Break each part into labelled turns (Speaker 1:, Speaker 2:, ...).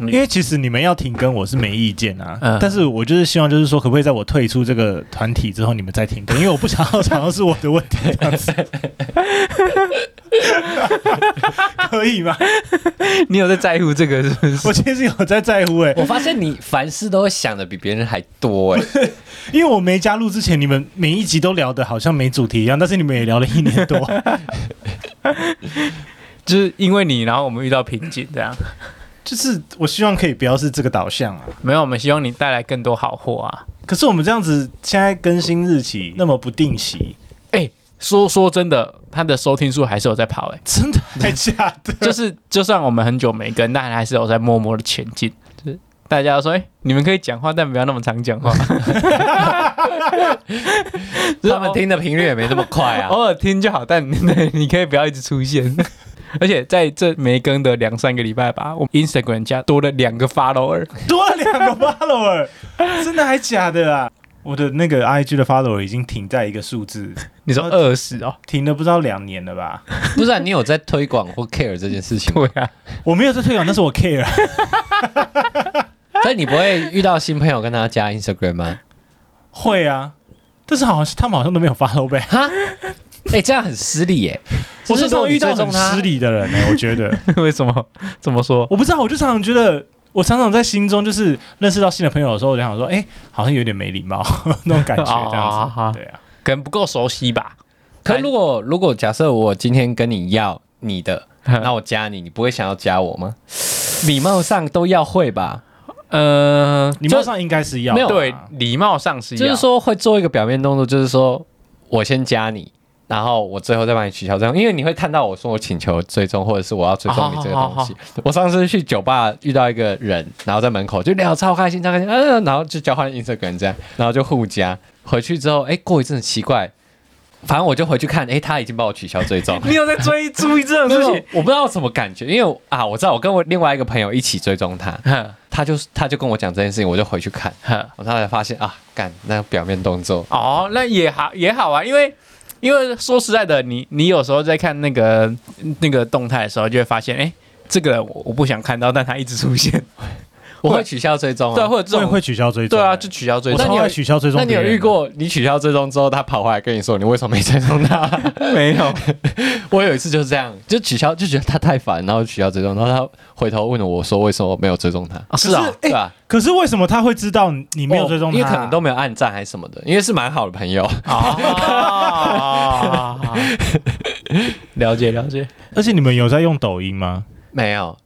Speaker 1: 因
Speaker 2: 因为其实你们要停更，我是没意见啊。
Speaker 1: 嗯
Speaker 2: 但是我就是希望，就是说，可不可以在我退出这个团体之后，你们再停更？因为我不想要尝试我的问题，这样子可以吗？
Speaker 1: 你有在在乎这个是不是？
Speaker 2: 我其实有在在乎哎、
Speaker 3: 我发现你凡事都会想的比别人还多 哎、
Speaker 2: 因为我没加入之前，你们每一集都聊的好像没主题一样，但是你们也聊了一年 多。
Speaker 1: 就是因为你，然后我们遇到瓶颈，这样
Speaker 2: 就是我希望可以不要是这个导向啊。
Speaker 1: 没有，我们希望你带来更多好货啊！
Speaker 2: 可是我们这样子现在更新日期那么不定期，
Speaker 1: 哎，说说真的，他的收听数还是有在跑哎、
Speaker 2: 真的还假的？
Speaker 1: 就是就算我们很久没跟，但还是有在默默的前进。就是大家说，哎、你们可以讲话，但不要那么常讲 话。
Speaker 3: 他们听的频率也没这么快啊。
Speaker 1: 偶尔听就好，但 对，你可以不要一直出现。 而且在这没更的两三个礼拜吧，我们 Instagram 加多了两个 follower，
Speaker 2: 多了两个 follower，真 的还假的啊？我的那个 IG 的 follower 已经停在一个数字，
Speaker 1: 你说二十哦？
Speaker 2: 停了不知道两年了吧？
Speaker 3: 不然你有在推广或 care 这件事情 吗？
Speaker 1: 对啊，
Speaker 2: 我没有在推广，但是我 care 啊。
Speaker 3: 但你不会遇到新朋友跟他加 Instagram 吗？
Speaker 2: 会啊，但是好像他们好像都没有 follow 呗。
Speaker 3: 哈，哎、这样很失礼耶、
Speaker 2: 我
Speaker 3: 就是是如
Speaker 2: 常
Speaker 3: 果
Speaker 2: 遇
Speaker 3: 你
Speaker 2: 到
Speaker 3: 追踪
Speaker 2: 很
Speaker 3: 他
Speaker 2: 失，礼的人、欸，我觉得，
Speaker 1: 为什么？怎么说？
Speaker 2: 我不知道，我就常常觉得。我常常在心中就是认识到新的朋友的时候，我就想说，哎、好像有点没礼貌 那种感觉，这
Speaker 1: 哦
Speaker 2: 样
Speaker 1: 好好
Speaker 2: 子。对啊，
Speaker 1: 可能不够熟悉吧？
Speaker 3: 可如果如果假设我今天跟你要你的，那我加你，你不会想要加我吗？嗯 礼貌上都要会吧，
Speaker 1: 呃，
Speaker 2: 礼貌上应该是要啊
Speaker 3: 没有
Speaker 2: 吧
Speaker 1: 对礼貌上是一
Speaker 3: 就是说会做一个表面动作，就是说我先加你，然后我最后再把你取消这样，因为你会看到我说我请求追踪，或者是我要追踪你这个
Speaker 1: 哦好好
Speaker 3: 东
Speaker 1: 好
Speaker 3: 西。我上次去酒吧遇到一个人，然后在门口就聊超开心，超开心，嗯、然后就交换 Instagram 这样，然后就互加。回去之后，哎，过一阵子奇怪，反正我就回去看，哎，他已经帮我取消追
Speaker 1: 。
Speaker 3: 踪
Speaker 1: 你有在追注意这种
Speaker 3: 没
Speaker 1: 事
Speaker 3: 有
Speaker 1: 情？，
Speaker 3: 我不知道什么感觉，因为啊，我知道我跟我另外一个朋友一起追踪他，
Speaker 1: 呵
Speaker 3: 他就他就跟我讲这件事情，我就回去看，
Speaker 1: 呵，
Speaker 3: 我才发现啊，干那表面动作，
Speaker 1: 哦，那也 好也好啊，因为因为说实在的，你你有时候在看那个那个动态的时候，就会发现，哎、这个人我我不想看到，但他一直出现，
Speaker 3: 我会取消追踪、啊。
Speaker 1: 对啊，会有这
Speaker 2: 我也
Speaker 1: 种
Speaker 2: 会取消追踪、
Speaker 1: 对啊，
Speaker 2: 欸
Speaker 1: 就取消追
Speaker 2: 我
Speaker 1: 踪
Speaker 3: 那。
Speaker 2: 超
Speaker 3: 你有
Speaker 2: 爱取消追踪。啊
Speaker 3: 那你有遇？过你取消追踪之后，他跑回来跟你说你为什么没追踪他？
Speaker 1: 没 有，
Speaker 3: 我有一次就是这样，就取消就觉得他太烦，然后取消追踪，然后他回头问我说为什么没有追踪他？
Speaker 1: 是啊
Speaker 3: 对吧？
Speaker 2: 可是为什么他会知道哎你没有追踪他、啊
Speaker 3: 哦因为可能都没有暗赞还是什么的，因为是蛮好的朋友。
Speaker 1: 哦， 了解了解。
Speaker 2: 而且你们有在用抖音吗？
Speaker 3: 没有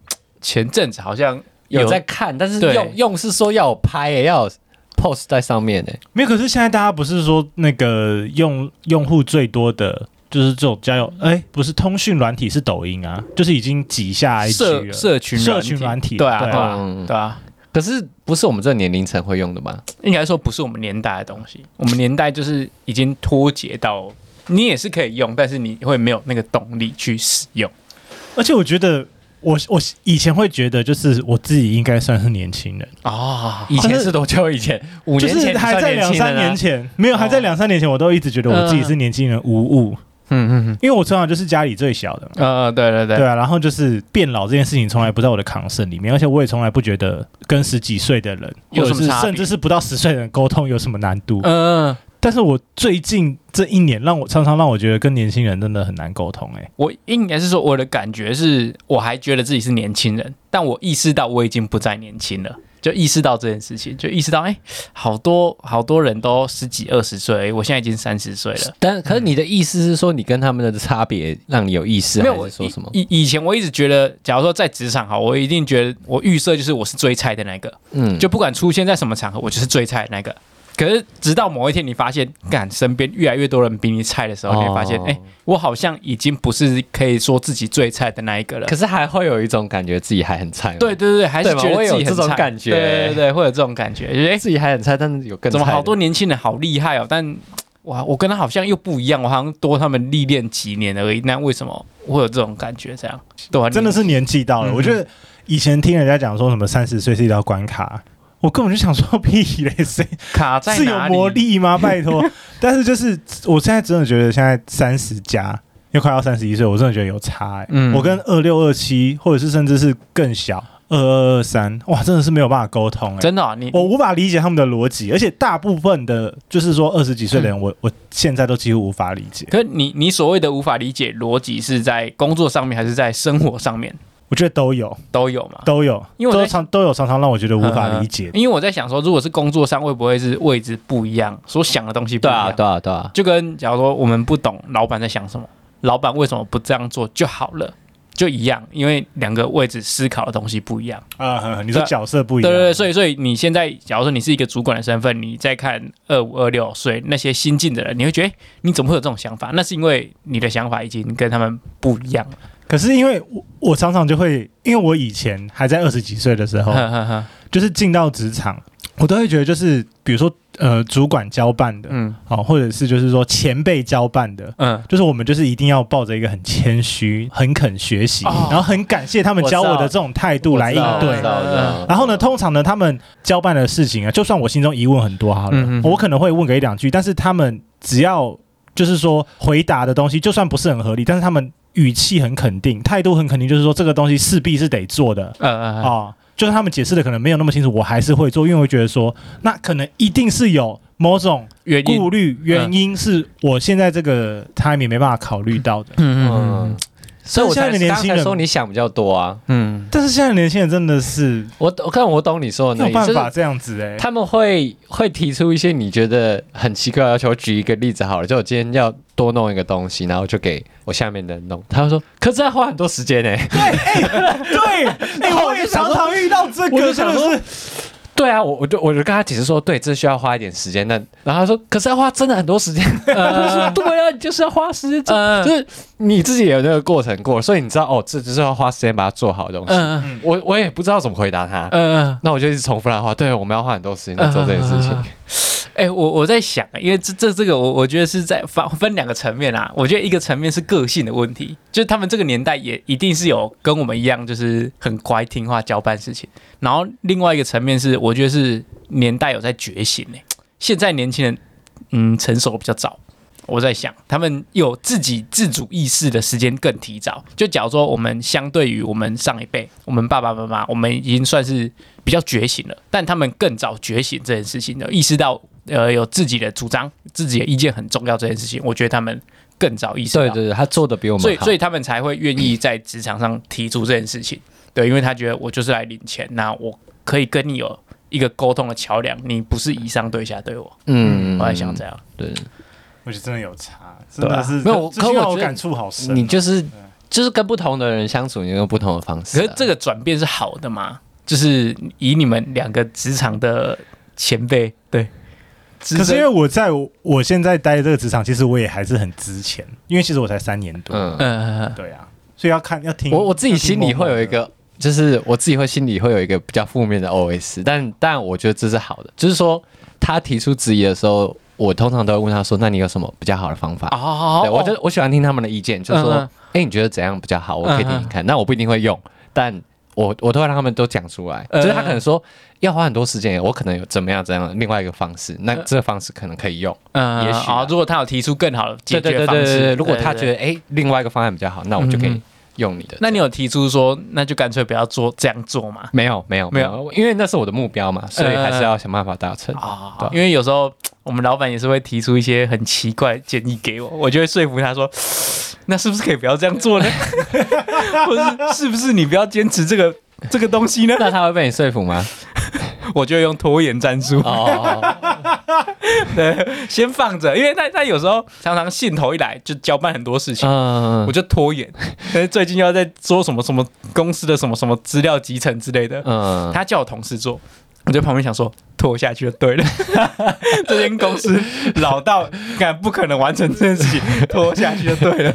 Speaker 1: 前阵子好像
Speaker 3: 有在看，但是
Speaker 1: 对
Speaker 3: 用用是说要我拍、欸，要有 post 在上面欸诶、
Speaker 2: 没有。可是现在大家不是说那个用用户最多的就是这种交友，哎、不是通讯软体是抖音啊，就是已经挤下 IG
Speaker 1: 社
Speaker 2: 了。
Speaker 1: 社群
Speaker 2: 社群软体
Speaker 1: 对啊
Speaker 2: 对
Speaker 1: 对
Speaker 2: 啊
Speaker 1: 啊
Speaker 3: 嗯
Speaker 1: 对啊，
Speaker 3: 可是不是我们这个年龄层会用的吗？
Speaker 1: 应该说不是我们年代的东西，我们年代就是已经脱节到。你也是可以用，但是你会没有那个动力去使用。
Speaker 2: 而且我觉得我我以前会觉得，就是我自己应该算是年轻人，
Speaker 1: 哦，
Speaker 3: 以前是多久以前？五
Speaker 2: 啊 就
Speaker 3: 年前
Speaker 2: 是
Speaker 3: 不
Speaker 2: 还
Speaker 3: 算
Speaker 2: 在两
Speaker 3: 年轻
Speaker 2: 三
Speaker 3: 人啊嗯
Speaker 2: 年前，没有还在两三年前，我都一直觉得我自己是年轻人无误，
Speaker 1: 嗯嗯
Speaker 2: 因为我从小就是家里最小的嘛。
Speaker 1: 嗯，呃，对对对，
Speaker 2: 对啊，然后就是变老这件事情从来不在我的 concern 里面，而且我也从来不觉得跟十几岁的人，
Speaker 1: 有
Speaker 2: 或者
Speaker 1: 什么
Speaker 2: 是
Speaker 1: 差别
Speaker 2: 甚至是不到十岁的人沟通有什么难度。
Speaker 1: 嗯、
Speaker 2: 但是我最近这一年，让我常常让我觉得跟年轻人真的很难沟通、欸。哎，
Speaker 1: 我应该是说我的感觉是，我还觉得自己是年轻人，但我意识到我已经不再年轻了，就意识到这件事情，就意识到哎、好多好多人都十几二十岁，我现在已经三十岁了。
Speaker 3: 但可是你的意思是说，你跟他们的差别让你有意识，
Speaker 1: 没有，
Speaker 3: 还
Speaker 1: 我
Speaker 3: 是说什么？
Speaker 1: 以以以前我一直觉得，假如说在职场哈，我一定觉得我预设就是我是最菜的那个，
Speaker 3: 嗯，
Speaker 1: 就不管出现在什么场合，我就是最菜的那个。可是直到某一天，你发现，干身边越来越多人比你菜的时候，你会发现，
Speaker 3: 哦
Speaker 1: 哎、我好像已经不是可以说自己最菜的那一个了。
Speaker 3: 可是还会有一种感觉自己还很菜吗，
Speaker 1: 对对对，还是
Speaker 3: 嗯对吧
Speaker 1: 觉得
Speaker 3: 我也
Speaker 1: 自
Speaker 3: 有
Speaker 1: 己很
Speaker 3: 这种
Speaker 1: 菜
Speaker 3: 感觉
Speaker 1: 对对对，会有这种感觉，就是哎，
Speaker 3: 自己还很菜，但是有更
Speaker 1: 怎么
Speaker 3: 菜的
Speaker 1: 好多年轻人好厉害哦，但哇，我跟他好像又不一样，我好像多他们历练几年而已，那为什么会有这种感觉？这样对啊，
Speaker 2: 真的是年纪到了，
Speaker 1: 嗯
Speaker 2: 我觉得以前听人家讲说什么三十岁是一道关卡。我根本就想说 屁嘞，谁
Speaker 1: 你卡在
Speaker 2: 是有
Speaker 1: 哪里
Speaker 2: 魔，力 吗？拜托！但是就是我现在真的觉得现在三十加，又快要三十一岁，我真的觉得有差、欸。
Speaker 1: 嗯
Speaker 2: 我跟二六二七，或者是甚至是更小，二二二三，哇，真的是没有办法沟通哎、
Speaker 1: 真的、啊，你
Speaker 2: 我无法理解他们的逻辑，而且大部分的，就是说二十几岁的人，
Speaker 1: 嗯
Speaker 2: 我我现在都几乎无法理解。
Speaker 1: 可是你你所谓的无法理解逻辑是在工作上面还是在生活上面
Speaker 2: 我觉得都有，
Speaker 1: 都有嘛？
Speaker 2: 都有，
Speaker 1: 因为我在
Speaker 2: 都常都有常常让我觉得无法理解。
Speaker 1: 因为我在想说，如果是工作上会不会是位置不一样，所想的东西不
Speaker 3: 对
Speaker 1: 一样？
Speaker 3: 啊，对啊，对啊，
Speaker 1: 就跟假如说我们不懂老板在想什么，老板为什么不这样做就好了，就一样，因为两个位置思考的东西不一样。
Speaker 2: 啊、呵你说
Speaker 1: 对啊
Speaker 2: 角色不一
Speaker 1: 对
Speaker 2: 样，
Speaker 1: 对对，所以所以你现在假如说你是一个主管的身份，你再看二五二六岁那些新进的人，你会觉得诶你怎么会有这种想法？那是因为你的想法已经跟他们不一样了。
Speaker 2: 可是因为我我常常就会，因为我以前还在二十几岁的时 候，
Speaker 1: 哼哼哼
Speaker 2: 就是进到职场，我都会觉得就是，比如说呃，主管交办的，
Speaker 1: 嗯
Speaker 2: 哦，或者是就是说前辈交办的。
Speaker 1: 嗯，
Speaker 2: 就是我们就是一定要抱着一个很谦虚、很肯学习，
Speaker 1: 哦
Speaker 2: 然后很感谢他们
Speaker 3: 我知
Speaker 2: 教
Speaker 3: 道
Speaker 2: 我的这种态度来应
Speaker 3: 我知道我
Speaker 2: 对
Speaker 3: 知。道我知道
Speaker 2: 然后呢，通常呢，他们交办的事情啊，就算我心中疑问很多好了，
Speaker 1: 嗯嗯嗯
Speaker 2: 我可能会问个一两句，但是他们只要就是说回答的东西，就算不是很合理，但是他们语气很肯定，态度很肯定，就是说这个东西势必是得做的
Speaker 1: 呃呃
Speaker 3: 哎
Speaker 2: 啊、
Speaker 1: 呃，
Speaker 2: 就是他们解释的可能没有那么清楚，我还是会做，因为我觉得说，那可能一定是有某种
Speaker 1: 原因，
Speaker 2: 顾虑原因，是我现在这个 time 也没办法考虑到的。
Speaker 1: 嗯
Speaker 3: 嗯
Speaker 1: 嗯，
Speaker 3: 所以我才
Speaker 2: 现在的年轻人
Speaker 3: 刚才说你想比较多啊，
Speaker 1: 嗯
Speaker 2: 但是现在的年轻人真的是
Speaker 3: 我我看我懂你说的
Speaker 2: 没
Speaker 3: 那
Speaker 2: 有办
Speaker 3: 意思，就是
Speaker 2: 法这样子哎、
Speaker 3: 他 们会会提出一些你觉得很奇怪的要求。我举一个例子好了，就我今天要多弄一个东西，然后就给我下面的人弄，他就说：“可是要花很多时间呢、
Speaker 2: 对，哎、我也常常遇到这
Speaker 3: 我
Speaker 2: 个，
Speaker 3: 就
Speaker 2: 真
Speaker 3: 想
Speaker 2: 的
Speaker 3: 说
Speaker 2: 是
Speaker 3: 对啊，我我就我就跟他解释说，对，这需要花一点时间。但然后他说，可是要花真的很多时间。我说对啊，你就是要花时间做，
Speaker 1: 嗯
Speaker 3: 就是你自己也有那个过程过，所以你知道哦，这就是要花时间把它做好的东西。
Speaker 1: 嗯
Speaker 3: 我我也不知道怎么回答他，
Speaker 1: 嗯。
Speaker 3: 那我就一直重复他的话，对，我们要花很多时间在做这件事情。
Speaker 1: 嗯哎、我我在想，因为这这这个我我觉得是在分分两个层面啊。我觉得一个层面是个性的问题，就是他们这个年代也一定是有跟我们一样，就是很乖听话交办事情。然后另外一个层面是，我觉得是年代有在觉醒呢、现在年轻人嗯成熟比较早，我在想他们有自己自主意识的时间更提早。就假如说我们相对于我们上一辈，我们爸爸妈妈，我们已经算是比较觉醒了，但他们更早觉醒这件事情，有意识到呃有自己的主张、自己的意见很重要这件事情，我觉得他们更早意识到，
Speaker 3: 对对对，他做的比我
Speaker 1: 所
Speaker 3: 们
Speaker 1: 以
Speaker 3: 好
Speaker 1: 所。以他们才会愿意在职场上提出这件事情，对，因为他觉得我就是来领钱，那我可以跟你有一个沟通的桥梁，你不是以上对下对我，
Speaker 3: 嗯
Speaker 1: 我在想这样，
Speaker 3: 对，
Speaker 2: 我觉得真的有差，真
Speaker 1: 对啊
Speaker 2: 的是
Speaker 3: 没有
Speaker 2: 这
Speaker 3: 可
Speaker 2: 这
Speaker 3: 我
Speaker 2: 让我
Speaker 3: 觉得
Speaker 2: 感触好深哦。
Speaker 3: 你就是就是跟不同的人相处，你用不同的方式、
Speaker 1: 可
Speaker 3: 啊。
Speaker 1: 是这个转变是好的嘛？就是以你们两个职场的前辈，对，
Speaker 2: 可
Speaker 1: 资
Speaker 2: 是
Speaker 1: 深
Speaker 2: 因为我在我现在待的这个职场，其实我也还是很值钱，因为其实我才三年多，
Speaker 3: 嗯，
Speaker 1: 嗯，
Speaker 2: 对啊，所以要看要听
Speaker 3: 我我自己心里会有一，
Speaker 2: 要听
Speaker 3: 个，就是我自己会心里会有一个比较负面的 OS，但但我觉得这是好的，就是说他提出质疑的时候，我通常都会问他说：“那你有什么比较好的方法？”
Speaker 1: 哦
Speaker 3: 对，我就我喜欢听他们的意见，就是说
Speaker 1: 嗯嗯：“
Speaker 3: 哎、你觉得怎样比较好？我可以听听看。那我不一定会用，但。我我都会让他们都讲出来，就是他可能说要花很多时间，我可能有怎么样怎样的另外一个方式，那这个方式可能可以用。
Speaker 1: 嗯，
Speaker 3: 也许啊
Speaker 1: 哦如果他有提出更好的解
Speaker 3: 对
Speaker 1: 决
Speaker 3: 对对
Speaker 1: 方
Speaker 3: 对对
Speaker 1: 式，
Speaker 3: 对，如果他觉
Speaker 1: 得，
Speaker 3: 得哎另外一个方案比较好，那我就
Speaker 1: 嗯
Speaker 3: 可以
Speaker 1: 哼
Speaker 3: 用你的。
Speaker 1: 那你有提出说，那就干脆不要做这样做嘛？
Speaker 3: 没有没有
Speaker 1: 没
Speaker 3: 没
Speaker 1: 有
Speaker 3: 有，呃哦因为那是我的目标嘛，所以还是要想办法达成。
Speaker 1: 啊
Speaker 3: 对，
Speaker 1: 因为有时候我们老板也是会提出一些很奇怪的建议给我，我就会说服他说，那是不是可以不要这样做呢？ 或者是是不是你不要坚持这个这个东西呢？
Speaker 3: 那他会被你说服吗？
Speaker 1: 我就会用拖延战术。
Speaker 3: 哦，
Speaker 1: 先放着，因为他他有时候常常兴头一来就交办很多事情，
Speaker 3: 嗯，
Speaker 1: 我就拖延。 但是最近要在做什么什么公司的什么什么资料集成之类的，
Speaker 3: 嗯，
Speaker 1: 他叫我同事做，我就旁边想说拖下去就对了。 这间公司老到敢不可能完成这件事情，拖下去就对 了。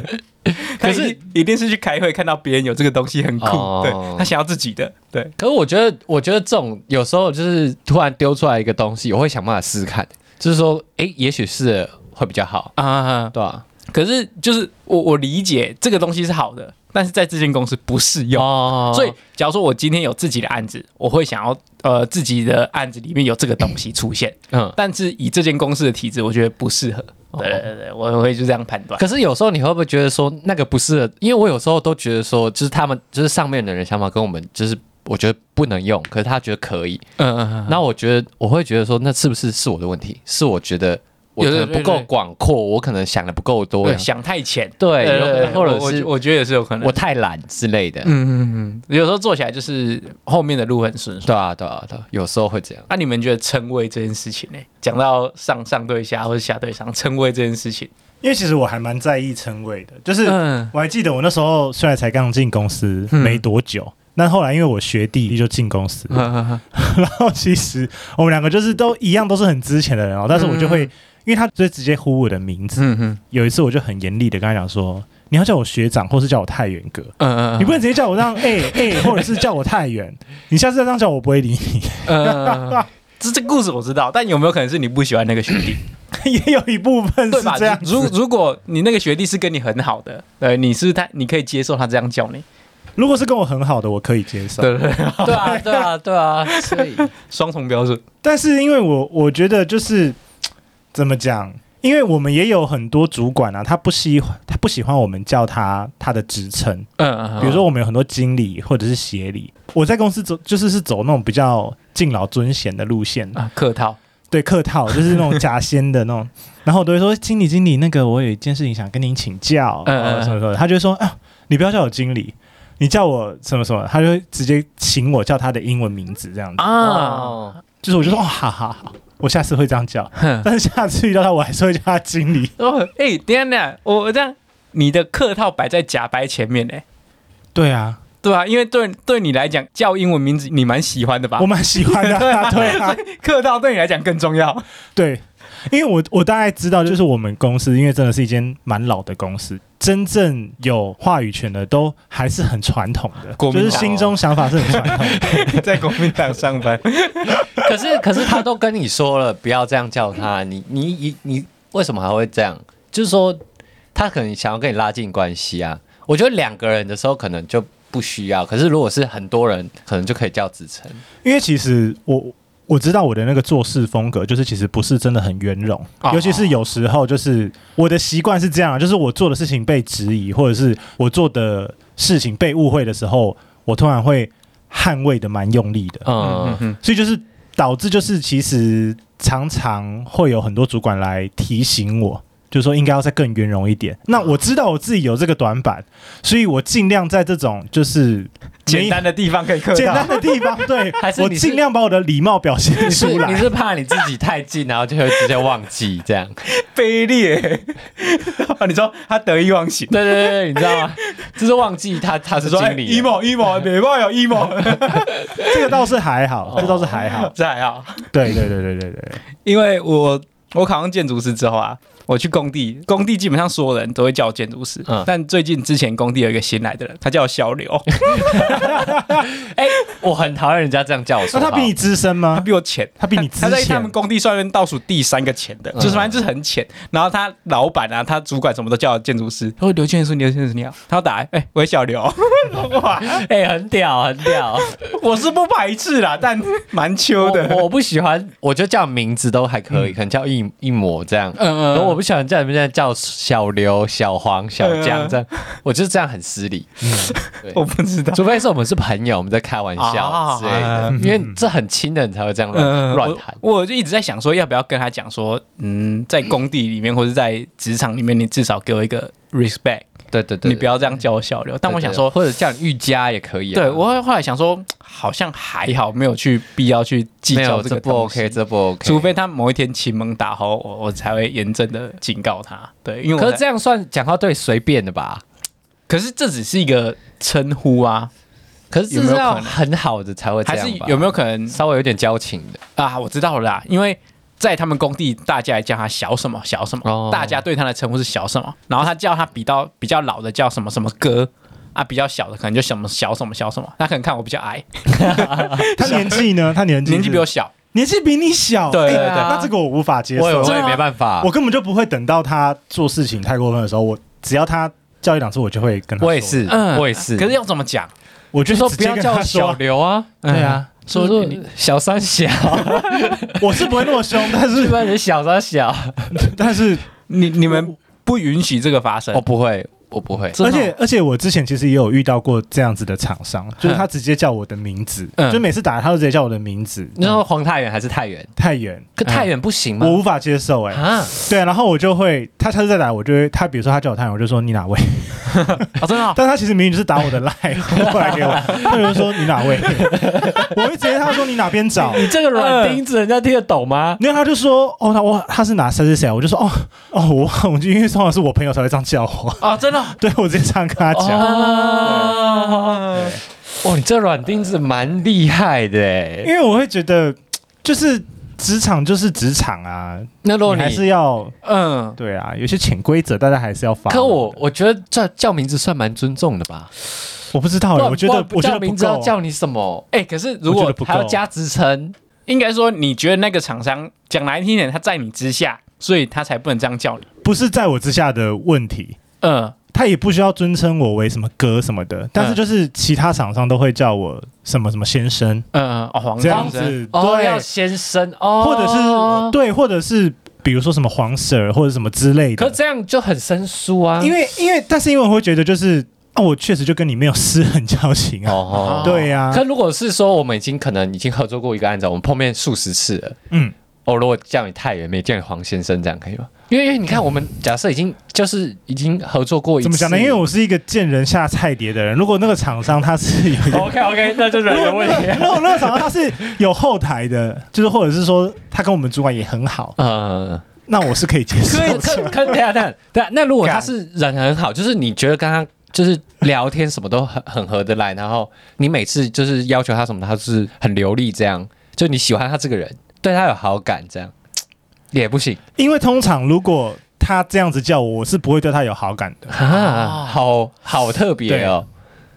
Speaker 1: 可
Speaker 3: 可是
Speaker 1: 是一定是去开会看到别人有这个东西很酷，
Speaker 3: 哦
Speaker 1: 对他想要自己的，对，
Speaker 3: 可是我觉得，我觉得这种有时候就是突然丢出来一个东西，我会想办法试试看，就是说，哎，也许是会比较好，
Speaker 1: 啊，
Speaker 3: 对吧？
Speaker 1: 可是就是我我理解这个东西是好的，但是在这间公司不适用。
Speaker 3: 哦
Speaker 1: 所以，假如说我今天有自己的案子，我会想要呃自己的案子里面有这个东西出现，
Speaker 3: 嗯，
Speaker 1: 但是以这间公司的体制，我觉得不适合。对对对，我会就这样判断。
Speaker 3: 可是有时候你会不会觉得说那个不适合？因为我有时候都觉得说，就是他们就是上面的人想法跟我们就是我觉得不能用，可是他觉得可以。
Speaker 1: 嗯嗯嗯，
Speaker 3: 那我觉得我会觉得说，那是不是是我的问题？是我觉得我可
Speaker 1: 有的
Speaker 3: 能不够广阔，我可能想的不够多
Speaker 1: 对，，想太浅，
Speaker 3: 对有可能或者
Speaker 1: 我
Speaker 3: 是
Speaker 1: 我我觉得也是有可能。
Speaker 3: 我太懒之类的。
Speaker 1: 嗯嗯嗯，有时候做起来就是后面的路很顺遂。
Speaker 3: 对啊，对啊，对啊，有时候会这样。
Speaker 1: 那、你们觉得称谓这件事情呢？讲到上上对下或者下对上，称谓这件事情，
Speaker 2: 因为其实我还蛮在意称谓的，就是
Speaker 1: 嗯
Speaker 2: 我还记得我那时候虽然才刚进公司
Speaker 1: 嗯
Speaker 2: 没多久，那后来因为我学弟就进公司，
Speaker 1: 嗯嗯嗯
Speaker 2: 然后其实我们两个就是都一样，都是很之前的人哦，但是我就会，
Speaker 1: 嗯
Speaker 2: 因为他就直接呼我的名字。
Speaker 1: 嗯嗯
Speaker 2: 有一次我就很严厉的跟他讲说，你要叫我学长，或是叫我太原哥，
Speaker 1: 嗯嗯，
Speaker 2: 你不能直接叫我让哎哎、或者是叫我太原， 你下次再这样叫我不会理
Speaker 1: 嗯，这这故事我知道，但有没有可能是你不喜欢那个学弟，
Speaker 2: 你， 也有一部分
Speaker 1: 对
Speaker 2: 是
Speaker 1: 吧？
Speaker 2: 这样
Speaker 1: 如
Speaker 2: 子。
Speaker 1: 如果你那个学弟是跟你很好的，对，你是他，你可以接受他这样叫你，
Speaker 2: 如果是跟我很好的，我可以接受，
Speaker 1: 对对对，
Speaker 3: 对啊，对啊，对啊， 所以
Speaker 1: 双重标准，
Speaker 2: 但是因为我我觉得就是怎么讲，因为我们也有很多主管啊，他不喜欢他不喜欢我们叫他他的职称，
Speaker 1: 嗯嗯
Speaker 2: 比如说我们有很多经理或者是协理，我在公司走就是是走那种比较敬老尊贤的路线，
Speaker 1: 啊客套，
Speaker 2: 对客套就是那种假仙的那 种，然后我都会说经理经理，那个我有一件事情想跟您请教，
Speaker 1: 嗯嗯
Speaker 2: 嗯
Speaker 1: 嗯
Speaker 2: 什么什么的，他就会说啊，你不要叫我经理。你叫我什么什么，他就会直接请我叫他的英文名字这样子，
Speaker 1: 啊
Speaker 3: 啊，
Speaker 2: 就是我就说哦，好好好，我下次会这样叫。
Speaker 1: 哼
Speaker 2: 但是下次遇到他，我还是会叫他经理。
Speaker 1: 哦，哎、等一下等一下，我我这样，你的客套摆在假白前面呢、
Speaker 2: 对啊，
Speaker 1: 对啊，因为对对你来讲叫英文名字你蛮喜欢的吧
Speaker 2: 我？蛮喜欢的、 啊，对啊，
Speaker 1: 客套对你来讲更重要。
Speaker 2: 对，因为我我大概知道，就是我们公司，因为真的是一间蛮老的公司，真正有话语权的都还是很传统的，
Speaker 1: 国
Speaker 2: 就
Speaker 1: 民党
Speaker 2: 是心中想法是很传统的。
Speaker 1: 在国民党上班，
Speaker 3: 可是可是他都跟你说了，不要这样叫他，你你你你为什么还会这样？就是说他可能想要跟你拉近关系啊。我觉得两个人的时候可能就不需要，可是如果是很多人，可能就可以叫子成。
Speaker 2: 因为其实我。我知道我的那个做事风格，就是其实不是真的很圆融，
Speaker 1: 哦
Speaker 2: 尤其是有时候，就是我的习惯是这样，就是我做的事情被质疑，或者是我做的事情被误会的时候，我突然会捍卫的蛮用力的。
Speaker 1: 嗯
Speaker 3: 嗯，
Speaker 1: 嗯
Speaker 2: 所以就是导致就是其实常常会有很多主管来提醒我，就是说应该要再更圆融一点。那我知道我自己有这个短板，所以我尽量在这种就是
Speaker 1: 简单的地方可以客
Speaker 2: 没简
Speaker 1: 套
Speaker 2: 单。的地方，对
Speaker 3: 啊还是
Speaker 2: 我
Speaker 3: 你是
Speaker 2: 尽量把我的礼貌表现
Speaker 3: 你是
Speaker 2: 出
Speaker 3: 你
Speaker 2: 来。
Speaker 3: 是怕你自己太近，然后就会直接忘记这样？
Speaker 1: 卑 劣，啊，你说他得意忘形，
Speaker 3: 对对对，你知道吗？ 就是忘记他他是
Speaker 1: 说哎
Speaker 3: 经理啊了，
Speaker 1: emo emo，别忘有 emo，
Speaker 2: 这个倒是还好，
Speaker 3: 哦
Speaker 2: 这倒是还好。
Speaker 1: 这还好。
Speaker 2: 对对对对对对，
Speaker 1: 啊因为我我考上建筑师之后啊，我去工地，工地基本上所有人都会叫我建筑师，
Speaker 3: 嗯
Speaker 1: 但最近之前工地有一个新来的人，他叫我小刘，
Speaker 3: 哎、我很讨厌人家这样叫我
Speaker 2: 那
Speaker 3: 说话。
Speaker 2: 他比你资深
Speaker 1: 他
Speaker 2: 吗？
Speaker 1: 比我浅，
Speaker 2: 他比你
Speaker 1: 他
Speaker 2: 之
Speaker 1: 在
Speaker 2: 前
Speaker 1: 他们工地上面倒数第三个浅的，
Speaker 3: 嗯
Speaker 1: 就是反正就是很浅。然后他老板啊，他主管什么都叫我建筑师，他说刘建筑师，刘建筑师你好，他要打来，哎、我是小刘， 哇，
Speaker 3: 哎、很屌，很屌。
Speaker 1: 我是不排斥啦，但蛮秋的，
Speaker 3: 我我不嗯喜欢，我觉得叫名字都还可以，可能叫一一模这样。
Speaker 1: 嗯
Speaker 3: 然后我不喜欢叫人家叫小刘、小黄、小江这样，我觉得这样很失礼。
Speaker 1: 我不知道。
Speaker 3: 除非是我们是朋友，我们在开玩笑之类
Speaker 1: 啊
Speaker 3: 的，因为这很亲的人才会这样乱
Speaker 1: 嗯，
Speaker 3: 乱谈。
Speaker 1: 我我就一直在想说，要不要跟他讲说，嗯，在工地里面或者在职场里面，你至少给我一个 respect，
Speaker 3: 对对对，
Speaker 1: 你不要这样叫我小刘。但我想
Speaker 3: 对
Speaker 1: 说
Speaker 3: 对，或者叫你瑜伽也可以啊。
Speaker 1: 对我后来想说，好像还好，没有去必要去计
Speaker 3: 没
Speaker 1: 较
Speaker 3: 有
Speaker 1: 这个
Speaker 3: 这不
Speaker 1: 东西
Speaker 3: OK，这不 OK。
Speaker 1: 除非他某一天启蒙打吼我，我才会严正的警告他。对，因为我
Speaker 3: 可是
Speaker 1: 在
Speaker 3: 这样算讲话对随便的吧？
Speaker 1: 可是这只是一个称呼啊，
Speaker 3: 可是
Speaker 1: 有
Speaker 3: 这
Speaker 1: 没
Speaker 3: 是
Speaker 1: 有
Speaker 3: 要
Speaker 1: 可能
Speaker 3: 很好的才会这
Speaker 1: 还
Speaker 3: 样
Speaker 1: 是
Speaker 3: 吧？
Speaker 1: 有没有可能
Speaker 3: 稍微有点交情的？
Speaker 1: 啊？我知道了啦，因为在他们工地，大家也叫他小什么小什么，
Speaker 3: 哦
Speaker 1: 大家对他的称呼是小什么，然后他叫他比到比较老的叫什么什么哥。啊，比较小的可能就什么小什么小什么，他可能看我比较矮，
Speaker 2: 他年纪呢？他年纪
Speaker 1: 年纪
Speaker 2: 是
Speaker 1: 比我小，
Speaker 2: 年纪比你小，
Speaker 1: 对
Speaker 2: 哎
Speaker 1: 对对
Speaker 2: 那这个我无法接受。
Speaker 3: 我也我
Speaker 1: 真
Speaker 3: 也
Speaker 1: 的吗
Speaker 3: 没办法，
Speaker 2: 我根本就不会等到他做事情太过分的时候，我只要他叫一两次，我就会跟他说。
Speaker 3: 我也，是，我也嗯是。
Speaker 1: 可是要怎么讲？
Speaker 2: 我
Speaker 3: 就
Speaker 2: 就
Speaker 3: 说
Speaker 2: 直
Speaker 3: 不
Speaker 2: 接
Speaker 3: 要
Speaker 2: 跟
Speaker 3: 叫
Speaker 2: 他
Speaker 3: 我小
Speaker 2: 说。
Speaker 3: 刘啊，
Speaker 2: 对啊，
Speaker 3: 说
Speaker 1: 说
Speaker 3: 说小三小，
Speaker 2: 我是不会那么凶，但
Speaker 3: 一
Speaker 2: 是
Speaker 3: 般人小三小，
Speaker 2: 但是
Speaker 1: 你你们不允许这个发生
Speaker 3: 哦我不会，我不会。
Speaker 1: 真
Speaker 2: 而
Speaker 1: 的哦
Speaker 2: 且而且我之前其实也有遇到过这样子的厂商，就是他直接叫我的名字，
Speaker 3: 嗯
Speaker 2: 就每次打他都直接叫我的名字，
Speaker 3: 你说黄太远还是太远？
Speaker 2: 太远，
Speaker 3: 可太远不行吗？
Speaker 2: 我无法接受哎、
Speaker 3: 啊，
Speaker 2: 对，然后我就会他他就在打，我就会他比如说他叫我太远，我就说你哪位？
Speaker 3: 啊真的哦
Speaker 2: 但他其实明明就是打我的 line 过来给我，他就说你哪 位？我会直接他说你哪边找？
Speaker 3: 你这个软钉子，人家听得懂吗？
Speaker 2: 然后他就说哦，他我他是哪谁谁谁啊？我就说哦哦，我忘记，因为通常是我朋友才会这样叫我，
Speaker 1: 啊，真的哦
Speaker 2: 对我直接这样跟他讲。
Speaker 3: 嗯哦，哇，你这软钉子蛮厉害的欸。
Speaker 2: 因为我会觉得，就是职场就是职场啊，
Speaker 3: 那如果
Speaker 2: 你还是
Speaker 3: 你
Speaker 2: 要
Speaker 3: 嗯，
Speaker 2: 对啊，有些潜规则大家还是要发。
Speaker 3: 可我我觉得叫叫名字算蛮尊重的吧。
Speaker 2: 我不知道欸，我觉
Speaker 3: 不然
Speaker 2: 得
Speaker 3: 不哦
Speaker 2: 我觉
Speaker 3: 叫
Speaker 2: 得不
Speaker 3: 名字要
Speaker 2: 够。
Speaker 3: 叫你什么？
Speaker 1: 哎、可是如
Speaker 2: 我觉
Speaker 1: 果
Speaker 2: 得不够
Speaker 3: 还要加职称，
Speaker 1: 应该说，你觉得那个厂商讲难听点，他在你之下，所以他才不能这样叫你。
Speaker 2: 不是在我之下的问题，
Speaker 1: 嗯、
Speaker 2: 他也不需要尊称我为什么哥什么的，但是就是其他厂商都会叫我什么什么先生
Speaker 1: 嗯、哦，黄
Speaker 2: 这
Speaker 1: 先
Speaker 2: 样
Speaker 1: 生
Speaker 2: 子，
Speaker 3: 哦，
Speaker 2: 对
Speaker 3: 要，先生哦，
Speaker 2: 或者是对，或者是比如说什么黄 Sir 或者什么之类
Speaker 3: 可
Speaker 2: 的，
Speaker 3: 这样就很生疏啊，
Speaker 2: 因为因为但是因为我会觉得就是啊，我确实就跟你没有私人交情啊，
Speaker 3: 哦
Speaker 1: 哦
Speaker 2: 对呀
Speaker 3: 可，如果是说我们已经可能已经合作过一个案子，我们碰面数十次了。
Speaker 2: 嗯，
Speaker 3: 哦，如果叫你太原，没叫你黄先生，这样可以吗？因为因为你看，我们假设已经就是已经合作过一次，
Speaker 2: 怎么讲呢？因为我是一个见人下菜碟的人。如果那个厂商他是 有，如
Speaker 3: OK OK，那就是人的问题。
Speaker 2: 果那个厂商他是有后台的，就是或者是说他跟我们主管也很好，
Speaker 3: 嗯，
Speaker 2: 那我是可以接受
Speaker 3: 所以可
Speaker 2: 的。
Speaker 3: 可等一下等一下等一下，那如果他是人很好，就是你觉得跟他就是聊天什么都很很合得来，然后你每次就是要求他什么，他就是很流利，这样就你喜欢他这个人，对他有好感，这样也不行
Speaker 2: 因为通常如果他这样子叫我，我是不会对他有好感的。
Speaker 3: 啊，好好特别哦，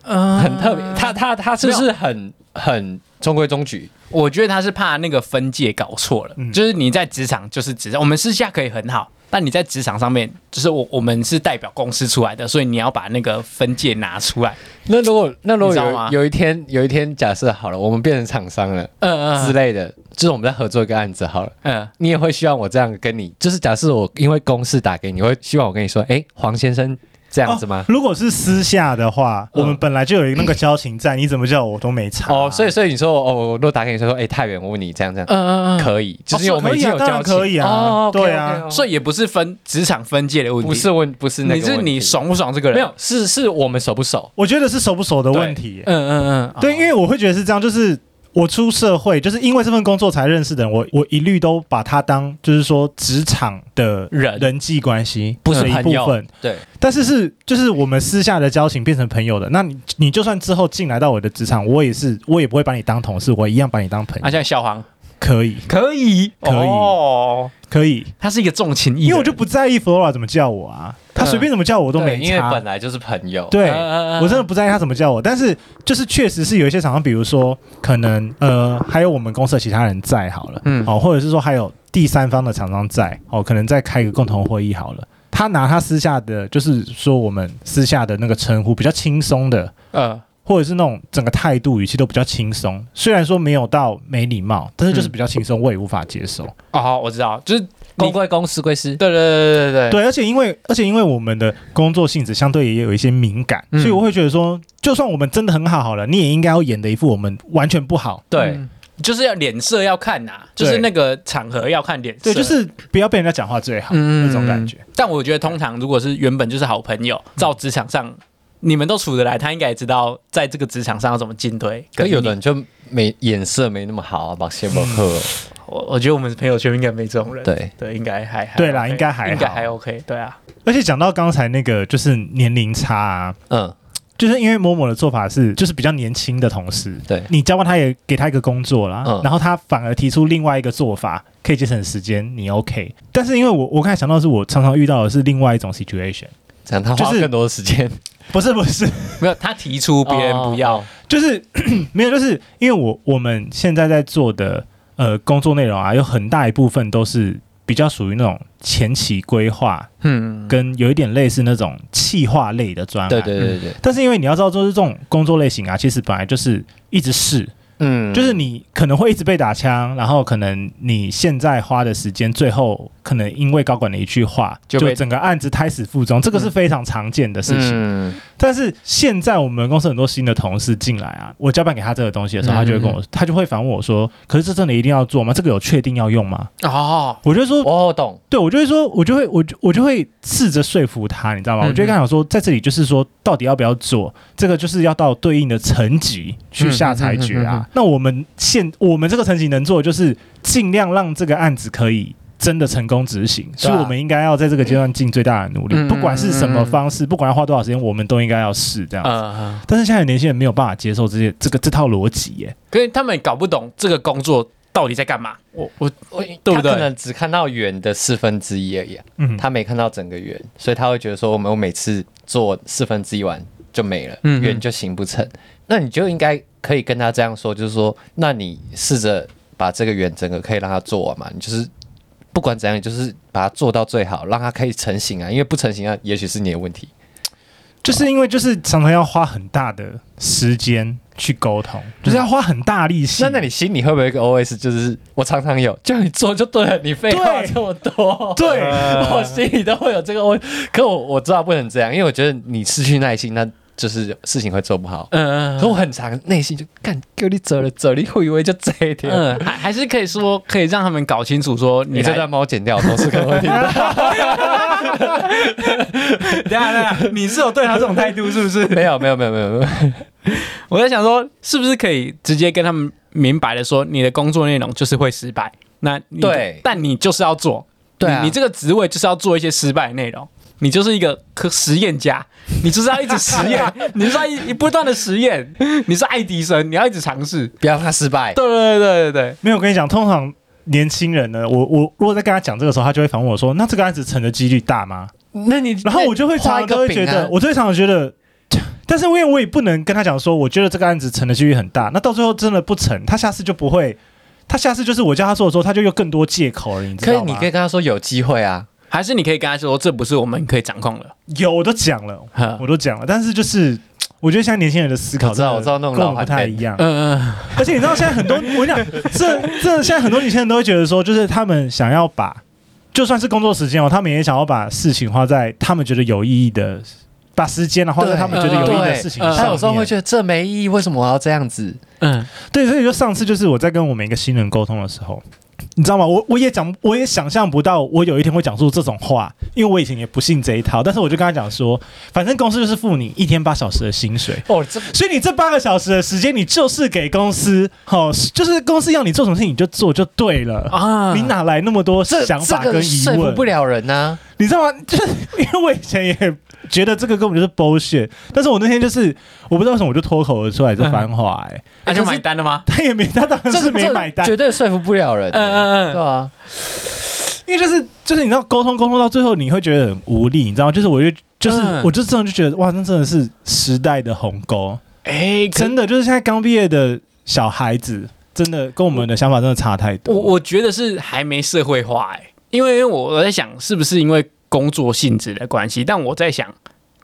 Speaker 1: 嗯
Speaker 3: 很特
Speaker 2: 啊
Speaker 3: 别。他他他是不是很很中规中矩？
Speaker 1: 我觉得他是怕那个分界搞错了，
Speaker 2: 嗯
Speaker 1: 就是你在职场就是职场，我们私下可以很好，但你在职场上面，就是我我们是代表公司出来的，所以你要把那个分界拿出来。
Speaker 3: 那如果那如
Speaker 1: 你
Speaker 3: 果
Speaker 1: 知道吗
Speaker 3: 有有一天有一天假设好了，我们变成厂商了
Speaker 1: 嗯嗯
Speaker 3: 之类的，就是我们在合作一个案子好了。
Speaker 1: 嗯，
Speaker 3: 你也会希望我这样跟你，就是假设我因为公事打给你，会希望我跟你说，哎，黄先生这样子吗？
Speaker 2: 哦如果是私下的话，
Speaker 3: 嗯
Speaker 2: 我们本来就有一个那个交情在，你怎么叫我都没差。
Speaker 3: 哦，所以所以你说，哦，我若打给你说，哎，太远，我问你这样这样，
Speaker 1: 嗯嗯嗯，
Speaker 3: 可以，就是因为
Speaker 2: 哦
Speaker 3: 我们
Speaker 2: 可
Speaker 3: 已
Speaker 2: 以
Speaker 3: 经
Speaker 2: 啊
Speaker 3: 有
Speaker 2: 当然
Speaker 3: 交情，
Speaker 2: 可以啊
Speaker 3: 哦，OK，OK，
Speaker 2: 对啊
Speaker 3: OK，OK
Speaker 1: 所以也不是分职场分界的问题，
Speaker 3: 不是问，不是那个
Speaker 1: 你是
Speaker 3: 问题
Speaker 1: 你怂不怂这个人？
Speaker 3: 没有，是是我们熟不熟？
Speaker 2: 我觉得是熟不熟的问题耶。
Speaker 1: 嗯，嗯嗯嗯，
Speaker 2: 对，
Speaker 1: 哦
Speaker 2: 因为我会觉得是这样，就是我出社会，就是因为这份工作才认识的人，我我一律都把他当就是说职场的
Speaker 3: 人
Speaker 2: 人际关系
Speaker 3: 呃不是
Speaker 2: 的一
Speaker 3: 朋
Speaker 2: 部
Speaker 3: 友
Speaker 2: 分，
Speaker 3: 对，
Speaker 2: 但是是就是我们私下的交情变成朋友的，那你你就算之后进来到我的职场，我也是我也不会把你当同事，我一样把你当朋
Speaker 1: 啊，
Speaker 2: 友，
Speaker 1: 像小黄
Speaker 2: 可以
Speaker 1: 可以
Speaker 2: 可以
Speaker 1: 哦，
Speaker 2: 可以，
Speaker 1: 他是一个重情义的人，
Speaker 2: 因为我就不在意 Flora 怎么叫我啊，他随便怎么叫我都
Speaker 3: 嗯对
Speaker 2: 没
Speaker 3: 因为
Speaker 2: 差
Speaker 3: 本，来就是朋友，
Speaker 2: 对。
Speaker 1: 嗯嗯嗯
Speaker 2: 我真的不在意他怎么叫我，但是就是确实是有一些厂商，比如说可能呃，还有我们公司的其他人在好了，
Speaker 1: 嗯
Speaker 2: 哦，或者是说还有第三方的厂商在，哦，可能再开一个共同会议好了。他拿他私下的，就是说我们私下的那个称呼比较轻松的，
Speaker 1: 嗯
Speaker 2: 或者是那种整个态度语气都比较轻松，虽然说没有到没礼貌，但是
Speaker 1: 嗯
Speaker 2: 就是比较轻松，我也无法接受。
Speaker 1: 哦，好我知道，就是
Speaker 3: 公归公，私归私，
Speaker 1: 对对对对对，
Speaker 2: 对，而且因为而且因为我们的工作性质相对也有一些敏感，
Speaker 1: 嗯
Speaker 2: 所以我会觉得说，就算我们真的很好好了，你也应该要演的一副我们完全不好。
Speaker 3: 对
Speaker 1: 嗯，就是要脸色要看呐、就是那个场合要看脸色，
Speaker 2: 对，就是不要被人家讲话最好、
Speaker 1: 嗯
Speaker 2: 那种感觉。
Speaker 1: 但我觉得通常如果是原本就是好朋友，到职场上你们都处得来，他应该也知道在这个职场上要怎么进退。
Speaker 3: 可有的
Speaker 1: 人，
Speaker 3: 人就没眼色没那么好啊，把谢伯克，
Speaker 1: 我我觉得我们朋友圈应该没这种人。
Speaker 3: 对，
Speaker 1: 对，应该还还
Speaker 2: 对啦
Speaker 1: OK，
Speaker 2: 应该还好
Speaker 1: 应该还 OK。对啊，
Speaker 2: 而且讲到刚才那个就是年龄差啊，
Speaker 3: 嗯，
Speaker 2: 就是因为某某的做法是，就是比较年轻的同事，
Speaker 3: 对，
Speaker 2: 你交换他也给他一个工作啦，
Speaker 3: 嗯
Speaker 2: 然后他反而提出另外一个做法，可以节省时间，你 OK。但是因为我我刚才想到的是我常常遇到的是另外一种 situation，
Speaker 3: 这样他花
Speaker 2: 就是
Speaker 3: 更多的时 间，
Speaker 2: 不是不是，
Speaker 1: 没有他提出别人不要，
Speaker 3: 哦
Speaker 2: 就是 没有，就是因为我我们现在在做的呃工作内容啊，有很大一部分都是比较属于那种前期规划，
Speaker 1: 嗯，
Speaker 2: 跟有一点类似那种企划类的专案。
Speaker 3: 对对对对，
Speaker 2: 但是因为你要知道，就是这种工作类型啊，其实本来就是一直试，
Speaker 3: 嗯
Speaker 2: 就是你可能会一直被打枪，然后可能你现在花的时间，最后可能因为高管的一句话，就
Speaker 1: 就被
Speaker 2: 整个案子胎死腹中，这个是非常常见的事情。
Speaker 3: 嗯，
Speaker 2: 但是现在我们公司很多新的同事进来啊，我交办给他这个东西的时候，
Speaker 3: 嗯
Speaker 2: 他就会跟我，他就会反问我说：“可是这真的一定要做吗？这个有确定要用吗
Speaker 1: 哦，？”
Speaker 2: 我就会说：“
Speaker 3: 我懂，
Speaker 2: 对，我就会说，我就会，我就我就会试着说服他，你知道吗？
Speaker 1: 嗯
Speaker 2: 我就会跟他讲说，在这里就是说，到底要不要做，这个就是要到对应的层级去下裁决啊。
Speaker 3: 嗯嗯嗯嗯
Speaker 2: 那我们现我们这个层级能做，的就是尽量让这个案子可以。真的成功执行，所以
Speaker 1: 对啊
Speaker 2: 我们应该要在这个阶段尽最大的努力，
Speaker 3: 嗯嗯呃
Speaker 2: 不管是什么方式，不管要花多少时间，我们都应该要试这样。
Speaker 1: 嗯，
Speaker 2: 但是现在的年轻人没有办法接受这些这个这套逻辑耶，
Speaker 1: 可是他们搞不懂这个工作到底在干嘛。我我
Speaker 3: 我
Speaker 1: 对不
Speaker 3: 他
Speaker 1: 对
Speaker 3: 可能只看到圆的四分之一而已啊，
Speaker 2: 嗯，
Speaker 3: 他没看到整个圆，所以他会觉得说，我们我每次做四分之一完就没了，
Speaker 1: 嗯嗯
Speaker 3: 圆就行不成。那你就应该可以跟他这样说，就是说，那你试着把这个圆整个可以让他做完嘛，你就是。不管怎样，你就是把它做到最好，让它可以成型啊！因为不成型啊，也许是你的问题。
Speaker 2: 就是因为就是常常要花很大的时间去沟通，就是要花很大力气。
Speaker 3: 嗯那那你心里会不会有一个 OS 就是我常常有，叫你做就对了，你废话
Speaker 2: 对
Speaker 3: 这么多，
Speaker 2: 对
Speaker 3: 我心里都会有这个 OS。可我我知道不能这样，因为我觉得你失去耐心，那就是事情会做不好。
Speaker 1: 嗯
Speaker 3: 可我很常内心就干，给你走了走，你会以为就这一天，
Speaker 1: 嗯，哎还还是可以说，可以让他们搞清楚说
Speaker 3: 你
Speaker 1: 你
Speaker 3: 这
Speaker 1: 在
Speaker 3: 段帮我剪掉，同事可能会听到。
Speaker 1: 等 一下等一下，你是有对他这种态度是不是？
Speaker 3: 没有没有没有没有没有，
Speaker 1: 我在想说，是不是可以直接跟他们明白的说，你的工作内容就是会失败，那你
Speaker 3: 对
Speaker 1: 但你就是要做，
Speaker 3: 对啊
Speaker 1: 你，你这个职位就是要做一些失败的内容。你就是一个科实验家，你就是要一直实验， 你就是要一一不断的实验，你是爱迪生，你要一直尝试。
Speaker 3: 不要让他失败。
Speaker 1: 对对对对对，
Speaker 2: 没有，我跟你讲，通常年轻人呢，我我如果在跟他讲这个时候，他就会反问我说：“那这个案子成的几率大吗
Speaker 3: 那你？”
Speaker 2: 然后我就会常
Speaker 3: 嗯画
Speaker 2: 常
Speaker 3: 一
Speaker 2: 都会
Speaker 3: 个饼
Speaker 2: 觉得，
Speaker 3: 啊，
Speaker 2: 我最常常觉得，但是因为我也不能跟他讲说，我觉得这个案子成的几率很大。那到最后真的不成，他下次就不会，他下次就是我叫他做的时候，他就有更多借口了，你知
Speaker 3: 可以
Speaker 2: 道
Speaker 3: 你
Speaker 2: 吗？
Speaker 3: 可以跟他说有机会啊，
Speaker 1: 还是你可以跟他说，这不是我们可以掌控的。
Speaker 2: 有我都讲了，
Speaker 1: 嗯
Speaker 2: 我都讲了，但是就是。我觉得现在年轻人的思考
Speaker 3: 我知
Speaker 2: 真
Speaker 3: 道
Speaker 2: 的
Speaker 3: 我知道那种
Speaker 2: 跟我
Speaker 3: 老
Speaker 2: 们不
Speaker 3: 汉
Speaker 2: 太
Speaker 3: 店
Speaker 2: 一样，
Speaker 1: 嗯嗯
Speaker 2: 而且你知道现在很多，我跟你讲，这这现在很多年轻人都会觉得说，就是他们想要把，就算是工作时间哦，他们也想要把事情花在他们觉得有意义的，把时间呢花在他们觉得有意义的事情
Speaker 1: 对
Speaker 2: 上
Speaker 1: 呃
Speaker 2: 面。
Speaker 3: 他有时候会觉得这没意义，为什么我要这样子？
Speaker 1: 嗯，
Speaker 2: 对，所以就上次就是我在跟我们一个新人沟通的时候，你知道吗？我我也讲，我也想象不到我有一天会讲出这种话，因为我以前也不信这一套。但是我就跟他讲说，反正公司就是付你一天八小时的薪水，
Speaker 3: 哦，这
Speaker 2: 所以你这八个小时的时间，你就是给公司，好、就是公司要你做什么事情你就做就对了。
Speaker 1: 啊
Speaker 2: 你哪来那么多
Speaker 3: 这
Speaker 2: 想法
Speaker 3: 这
Speaker 2: 跟
Speaker 3: 个
Speaker 2: 疑
Speaker 3: 说服
Speaker 2: 问？
Speaker 3: 不了人啊 呐、
Speaker 2: 你知道吗？就是因为我以前也觉得这个根本就是 bullshit，但是我那天就是我不知道为什么我就脱口而出来这番话、哎、
Speaker 1: 那就买单了吗？
Speaker 2: 他也没，他当
Speaker 3: 这
Speaker 2: 然是没
Speaker 3: 嗯这
Speaker 2: 买单，
Speaker 3: 绝对说服不了人、
Speaker 1: 嗯嗯
Speaker 3: 对
Speaker 1: 嗯，
Speaker 3: 啊，
Speaker 2: 因为就是就是你知道沟通沟通到最后你会觉得很无力，你知道吗？就是我就就是、
Speaker 1: 嗯
Speaker 2: 我就真的就觉得哇，那真的是时代的鸿沟，
Speaker 1: 哎，可
Speaker 2: 真的就是现在刚毕业的小孩子，真的跟我们的想法真的差太多。
Speaker 1: 我我觉得是还没社会化哎、因为因为我我在想是不是因为工作性质的关系，但我在想，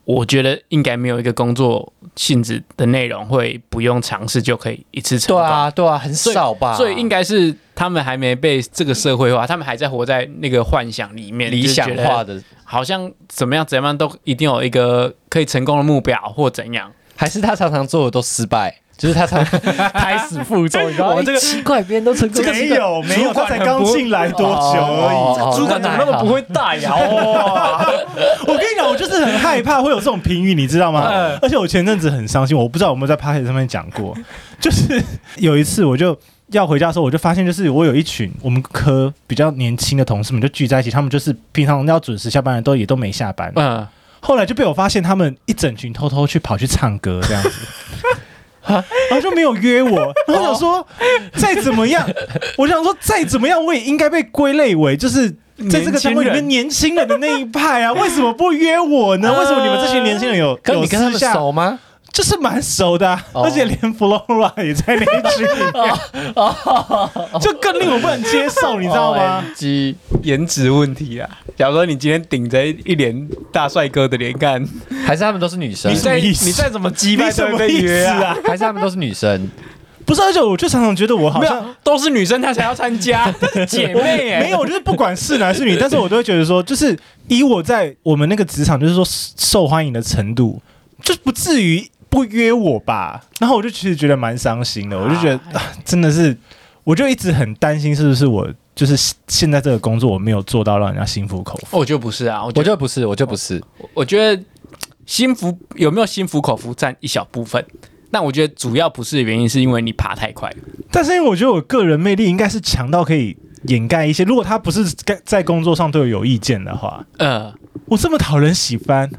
Speaker 1: 我觉得应该没有一个工作性质的内容会不用尝试就可以一次成
Speaker 3: 对
Speaker 1: 功。
Speaker 3: 啊，对啊，很
Speaker 1: 所以
Speaker 3: 少吧？
Speaker 1: 所以应该是他们还没被这个社会化，他们还在活在那个幻想里面，
Speaker 3: 理想
Speaker 1: 就觉
Speaker 3: 化
Speaker 1: 得
Speaker 3: 的，
Speaker 1: 好像怎么样怎么样都一定有一个可以成功的目标或怎样。
Speaker 3: 还是他常常做的都失败，就是他常胎死腹中，你知道吗？
Speaker 1: 我这个
Speaker 3: 哎奇怪，别人都成功，
Speaker 2: 没有没有，
Speaker 1: 主管
Speaker 2: 他才刚进来多久而已。
Speaker 3: 哦
Speaker 1: 主管怎么那么不会带呀、哦，
Speaker 2: 我跟你讲，我就是很害怕会有这种评语，你知道吗
Speaker 1: 嗯？
Speaker 2: 而且我前阵子很伤心，我不知道有没有在 p a r t y 上面讲过， 就是有一次我就。要回家的时候，我就发现，就是我有一群我们科比较年轻的同事们就聚在一起，他们就是平常要准时下班的都也都没下班，
Speaker 1: 嗯，
Speaker 2: 后来就被我发现他们一整群偷偷去跑去唱歌这样子。然后就没有约我，然后我想说，再怎么样，我想说再怎么样，我也应该被归类为就是在这个单位里面年轻人的那一派啊，为什么不约我呢？
Speaker 1: 呃
Speaker 2: 为什么你们这群年轻人有
Speaker 3: 可
Speaker 2: 有
Speaker 3: 你跟他
Speaker 2: 私
Speaker 3: 们
Speaker 2: 下
Speaker 3: 熟吗？
Speaker 2: 就是蛮熟的啊、
Speaker 3: 哦
Speaker 2: 而且连 Flora 也在那一群里面，就更令我不能接受，你知道
Speaker 3: 哦
Speaker 2: 吗？
Speaker 3: 鸡，
Speaker 1: 颜值问题啊。假如说你今天顶着一脸大帅哥的脸干，
Speaker 3: 还是他们都是女生
Speaker 2: 你？
Speaker 1: 你
Speaker 2: 什么
Speaker 1: 再
Speaker 2: 意思
Speaker 1: 你再怎么击
Speaker 2: 你
Speaker 1: 败
Speaker 2: 什
Speaker 1: 都会
Speaker 2: 么
Speaker 1: 被
Speaker 2: 意思
Speaker 1: 约啊！
Speaker 2: 啊？
Speaker 3: 还是他们都是女生？
Speaker 2: 不是，而且我就常常觉得我好
Speaker 1: 没
Speaker 2: 像
Speaker 1: 有，都是女生她才要参加，姐妹哎，
Speaker 2: 没有，就是不管是男是女，但是我都会觉得说，就是以我在我们那个职场，就是说受欢迎的程度，就不至于不约我吧。然后我就其实觉得蛮伤心的，我就觉得、啊真的是，我就一直很担心是不是我就是现在这个工作我没有做到让人家心服口服。
Speaker 1: 我觉得不是啊，我
Speaker 3: 我
Speaker 1: 觉
Speaker 3: 觉
Speaker 1: 得
Speaker 3: 得不是，我觉得不是，
Speaker 1: 我觉得心服有没有心服口服占一小部分，但我觉得主要不是的原因是因为你爬太快了。
Speaker 2: 但是因为我觉得我个人魅力应该是强到可以掩盖一些，如果他不是在在工作上对我有意见的话，
Speaker 1: 呃，
Speaker 2: 我这么讨人喜欢，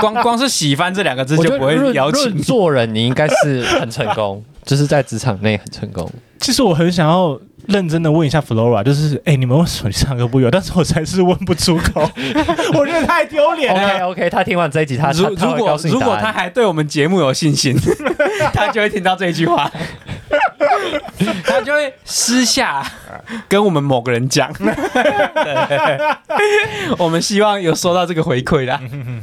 Speaker 1: 光光是喜欢这两个字
Speaker 3: 我
Speaker 1: 就
Speaker 3: 觉得
Speaker 1: 不会
Speaker 3: 论
Speaker 1: 邀请
Speaker 3: 论
Speaker 1: 你。
Speaker 3: 做人，你应该是很成功， 就是在职场内很成 功。
Speaker 2: 其实我很想要认真的问一下 Flora，就是哎、你们为什么去唱歌不约我？但是我才是问不出口，我觉得太丢脸了。
Speaker 3: OK OK，他听完这一集，他
Speaker 1: 如
Speaker 3: 他他
Speaker 1: 如
Speaker 3: 会
Speaker 1: 果
Speaker 3: 告诉
Speaker 1: 如
Speaker 3: 你答
Speaker 1: 果他
Speaker 3: 案。
Speaker 1: 还对我们节目有信 心，他就会听到这一句话，他就会私下跟我们某个人讲。我们希望有收到这个回馈啦。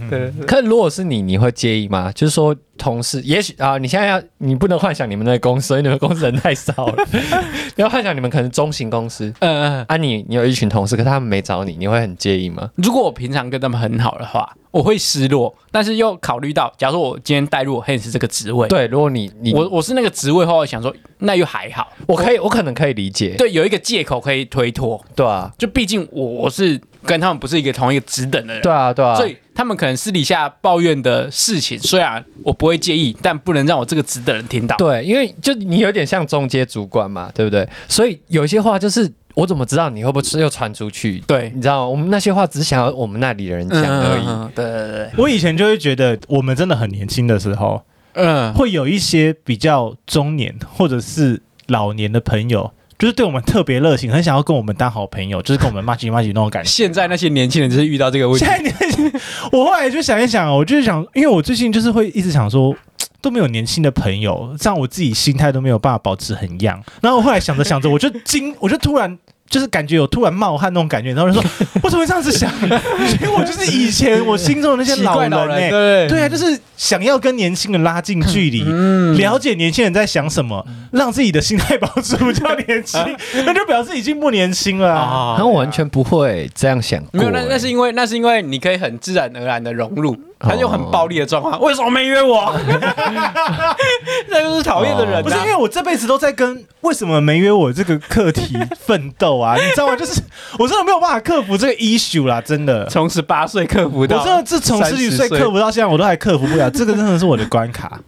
Speaker 1: 对，
Speaker 3: 可如果是你，你会介意吗？就是说，同事，也许啊，你现在要，你不能幻想你们的公司，因为你们公司人太少 了。 你要幻想你们可能中型公司
Speaker 1: 嗯、呃，
Speaker 3: 啊你，你有一群同事，可他们没找你，你会很介意吗？
Speaker 1: 如果我平常跟他们很好的话，我会失落，但是又考虑到，假如我今天带入我 Hans 这个职位，
Speaker 3: 对，如果你你
Speaker 1: 我我是那个职位后，我想说那又还好，
Speaker 3: 我可以，我可能可以理解，
Speaker 1: 对，有一个借口可以推脱，
Speaker 3: 对啊，
Speaker 1: 就毕竟我我是跟他们不是一个同一个职等的人，
Speaker 3: 对啊，对啊，
Speaker 1: 所以他们可能私底下抱怨的事情，虽然我不会介意，但不能让我这个职的人听到。
Speaker 3: 对，因为就你有点像中阶主管嘛，对不对？所以有一些话就是我怎么知道你会不会又传出去？
Speaker 1: 对
Speaker 3: 你知道吗？我们那些话只想要我们那里的人讲而已。
Speaker 1: 嗯，对对对，
Speaker 2: 我以前就会觉得，我们真的很年轻的时候，
Speaker 1: 嗯，
Speaker 2: 会有一些比较中年或者是老年的朋友，就是对我们特别热情，很想要跟我们当好朋友，就是跟我们骂几骂几那种感觉。
Speaker 1: 现在那些年轻人就是遇到这个问题
Speaker 2: 现，在年轻， 我后来就想一想，哦我就是想，因为我最近就是会一直想说。都没有年轻的朋友，这样我自己心态都没有办法保持很样。然后我后来想着想着，我就惊，我就突然就是感觉有突然冒汗那种感觉，然后就说，我怎么会这样子想？ 因为我就是以前我心中的那些
Speaker 1: 奇
Speaker 2: 老
Speaker 1: 怪
Speaker 2: 人、
Speaker 1: 老人，
Speaker 2: 欸，
Speaker 1: 对
Speaker 2: 对啊，就是想要跟年轻人拉近距离，
Speaker 1: 嗯
Speaker 2: 了解年轻人在想什么，让自己的心态保持比较年 轻，那就表示已经不年轻了啊。
Speaker 1: 啊
Speaker 3: 然后我完全不会这样想过、
Speaker 1: 没有，那那是
Speaker 3: 欸
Speaker 1: 因为那是因为你可以很自然而然的融入，他就很
Speaker 3: 哦
Speaker 1: 暴力的状况，为什么没约我？ 那哦就是讨厌的人、啊，
Speaker 2: 不是因为我这辈子都在跟为什么没约我这个课题奋斗 啊，你知道吗？就是我真的没有办法克服这个 issue 啦，真的。
Speaker 1: 从十八岁克服
Speaker 2: 我
Speaker 1: 到，
Speaker 2: 真的自从十几岁克服到现在，我都还克服不了，这个真的是我的关卡。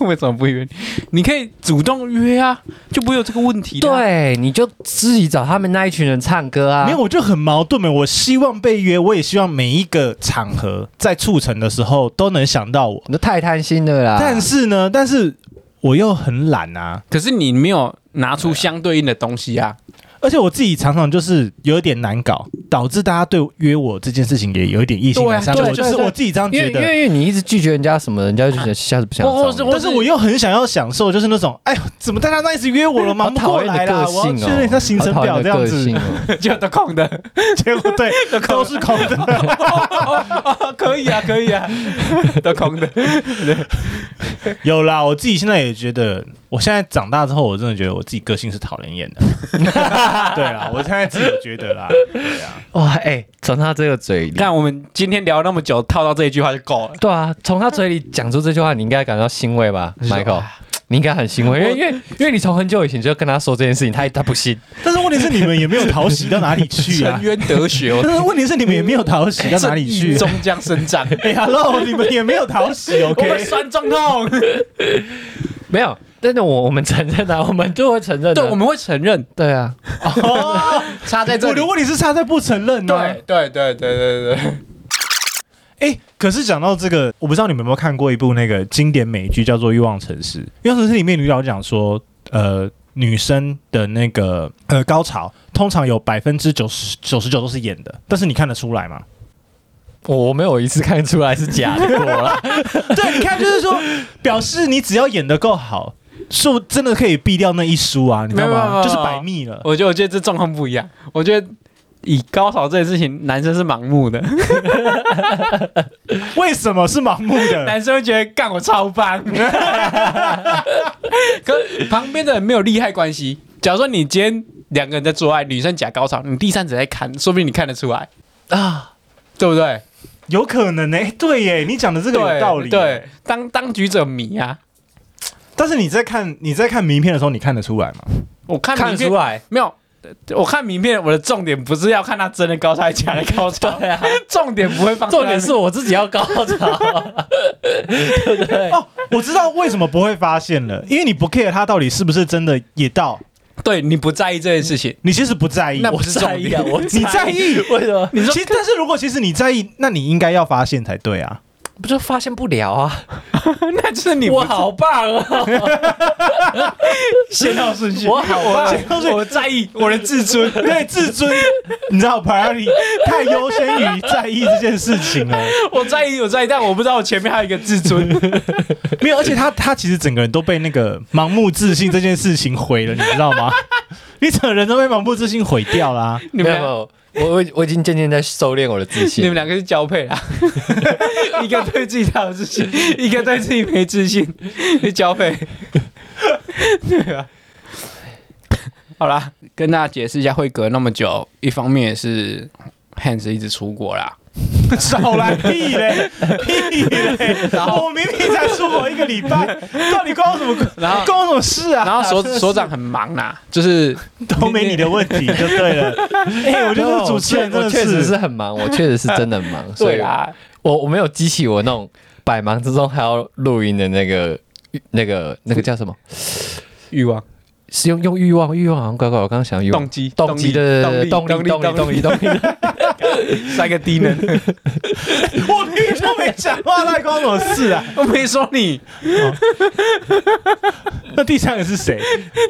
Speaker 1: 为什么不约你？你可以主动约啊，就不会有这个问题啊啦。
Speaker 3: 对，你就自己找他们那一群人唱歌 啊。
Speaker 2: 没有，我就很矛盾嘛。欸我希望被约，我也希望每一个场合在促成的时候都能想到我，
Speaker 3: 你都太贪心了啦。
Speaker 2: 但是呢，但是我又很懒啊，
Speaker 1: 可是你没有拿出相对应啊的东西啊，
Speaker 2: 而且我自己常常就是有一点难搞，导致大家对约我这件事情也有一点异性
Speaker 1: 对啊
Speaker 2: 两相。我
Speaker 1: 对
Speaker 2: 就是
Speaker 3: 对对
Speaker 2: 我自己这样
Speaker 3: 因为
Speaker 2: 觉
Speaker 3: 因为
Speaker 2: 得
Speaker 3: 因。为你一直拒绝人家什么，人家就觉得下次不想
Speaker 1: 我我我
Speaker 3: 找你。
Speaker 2: 但是我又很想要享受，就是那种，哎呦，怎么大家都一直约我了， 忙不过来啦，我
Speaker 3: 好讨
Speaker 2: 要
Speaker 3: 厌的个性哦
Speaker 2: 确认一下行程表这样
Speaker 3: 好讨
Speaker 2: 子
Speaker 3: 厌。的个性 哦
Speaker 1: 就都空的。
Speaker 2: 结果对，都是空的。
Speaker 1: 哦可以啊，可以啊， 都空的。
Speaker 2: 有啦，我自己现在也觉得，我现在长大之后，我真的觉得我自己个性是讨人厌 的。对啦，我现在自己有觉得啦，对啊，
Speaker 3: 哇，哎，从他这个嘴里，
Speaker 1: 看我们今天聊那么久，套到这一句话就够了。
Speaker 3: 对啊，从他嘴里讲出这句话，你应该感到欣慰吧，Michael？你应该很欣慰，因为因为因为你从很久以前就跟他说这件事情，他他不信。
Speaker 2: 但是问题是你们也没有讨喜到哪里去啊
Speaker 1: 沉。渊得学， 我
Speaker 2: 但是问题是你们也没有讨喜到哪里
Speaker 1: 正义
Speaker 2: 去。
Speaker 1: 终将伸张。
Speaker 2: 哎呀，Hello，你们也没有讨喜
Speaker 1: 我们
Speaker 2: ，OK？
Speaker 1: 酸中 痛，
Speaker 3: 没有，但是我我们承认啊，我们就会承认、啊。
Speaker 1: 对，我们会承认
Speaker 3: 对啊，
Speaker 2: 哦，
Speaker 1: 差在这
Speaker 2: 我
Speaker 1: 里
Speaker 2: 的。问题是差在不承认啊呢、
Speaker 1: 对对对对对对，
Speaker 2: 哎、可是讲到这个，我不知道你们有没有看过一部那个经典美剧，叫做《欲望城市》。《欲望城市》里面女主角讲说，呃，女生的那个呃高潮，通常有百分之九十九十九都是演的，但是你看得出 来吗？
Speaker 3: 我我没有一次看出来是假 的过啦。
Speaker 2: 对，你看就是说，表示你只要演的够好，是真的可以避掉那一输啊，你知道
Speaker 1: 没有没有没
Speaker 2: 吗？
Speaker 1: 有
Speaker 2: 就是百密了。
Speaker 1: 我觉得我觉得这状况不一样。我觉得以高潮这件事情，男生是盲目的，
Speaker 2: 为什么是盲目的？
Speaker 1: 男生会觉得干我超棒，跟旁边的人没有利害关系。假如说你今天两个人在做爱，女生假高潮，你第三者在看，说不定你看得出来啊，对不对？
Speaker 2: 有可能呢、欸对耶，你讲的这个有
Speaker 1: 对
Speaker 2: 道理。
Speaker 1: 对，，当当局者迷啊，
Speaker 2: 但是你在看你在看名片的时候，你看得出来吗？
Speaker 1: 我看
Speaker 3: 看
Speaker 1: 名
Speaker 3: 得
Speaker 1: 片
Speaker 3: 出来。
Speaker 1: 没有。我看名片，我的重点不是要看他真的高潮还是假的高潮，
Speaker 2: 啊
Speaker 1: 重点不会放在那
Speaker 3: 重
Speaker 1: 边。
Speaker 3: 点是我自己要高潮，对不对？
Speaker 2: 哦，我知道为什么不会发现了，因为你不 care 他到底是不是真的也到，
Speaker 1: 对你不在意这件事情，
Speaker 2: 你其实不在意。
Speaker 1: 那
Speaker 3: 我
Speaker 1: 不是
Speaker 3: 在意啊，
Speaker 1: 重点
Speaker 3: 我
Speaker 2: 你在意
Speaker 3: 为什么？
Speaker 2: 你说，其实但是如果其实你在意，那你应该要发现才对啊。
Speaker 3: 不就发现不了啊？
Speaker 1: 那就是你
Speaker 3: 我好棒啊！
Speaker 1: 先后顺序，
Speaker 3: 我好啊棒
Speaker 1: 先后顺序我在意
Speaker 2: 我的自尊，对自尊， 你知道 priority 太优先于在意这件事情了。
Speaker 1: 我在意，我在意，但我不知道我前面还有一个自尊。
Speaker 2: 没有，而且他他其实整个人都被那个盲目自信这件事情毁了，你知道吗？ 你整个人都被盲目自信毁掉啦、
Speaker 1: 你
Speaker 3: 没
Speaker 1: 们两
Speaker 3: 有，没有我我我已经渐渐在收敛我的自
Speaker 1: 你
Speaker 3: 信
Speaker 1: 们。两个是交配 啦，一个对自己太有自 信，一个对自己没自信，是交 配。对啊。好啦，跟大家解释一下，会隔那么久，一方面也是 Hans 一直出国 啦，
Speaker 2: 少来屁嘞，屁嘞！我明明才出国一个礼拜，到底关我什么关
Speaker 1: 然后
Speaker 2: 关我什么事啊？
Speaker 1: 然后所
Speaker 2: 真的是
Speaker 1: 所长很忙啦，就是
Speaker 2: 都没你的问题就对了。哎，我觉得这主持人真
Speaker 3: 我
Speaker 2: 的
Speaker 3: 确实是
Speaker 2: 是
Speaker 3: 很忙，我确实是真的很 忙。所
Speaker 1: 对
Speaker 3: 以
Speaker 1: 啦，
Speaker 3: 我我没有激起我那种百忙之中还要录音的那个那个那个叫什么？
Speaker 1: 欲望、
Speaker 3: 是用用欲望欲望好像怪怪，我刚刚想欲望
Speaker 1: 动机、
Speaker 3: 动机
Speaker 1: 力
Speaker 3: 对
Speaker 1: 动
Speaker 3: 对
Speaker 1: 力、
Speaker 3: 对动力动力动力动力，
Speaker 1: 三个低能。
Speaker 2: 我明明就没讲话，到底关我什么事啊？
Speaker 1: 我没说你
Speaker 2: 那第三个是谁？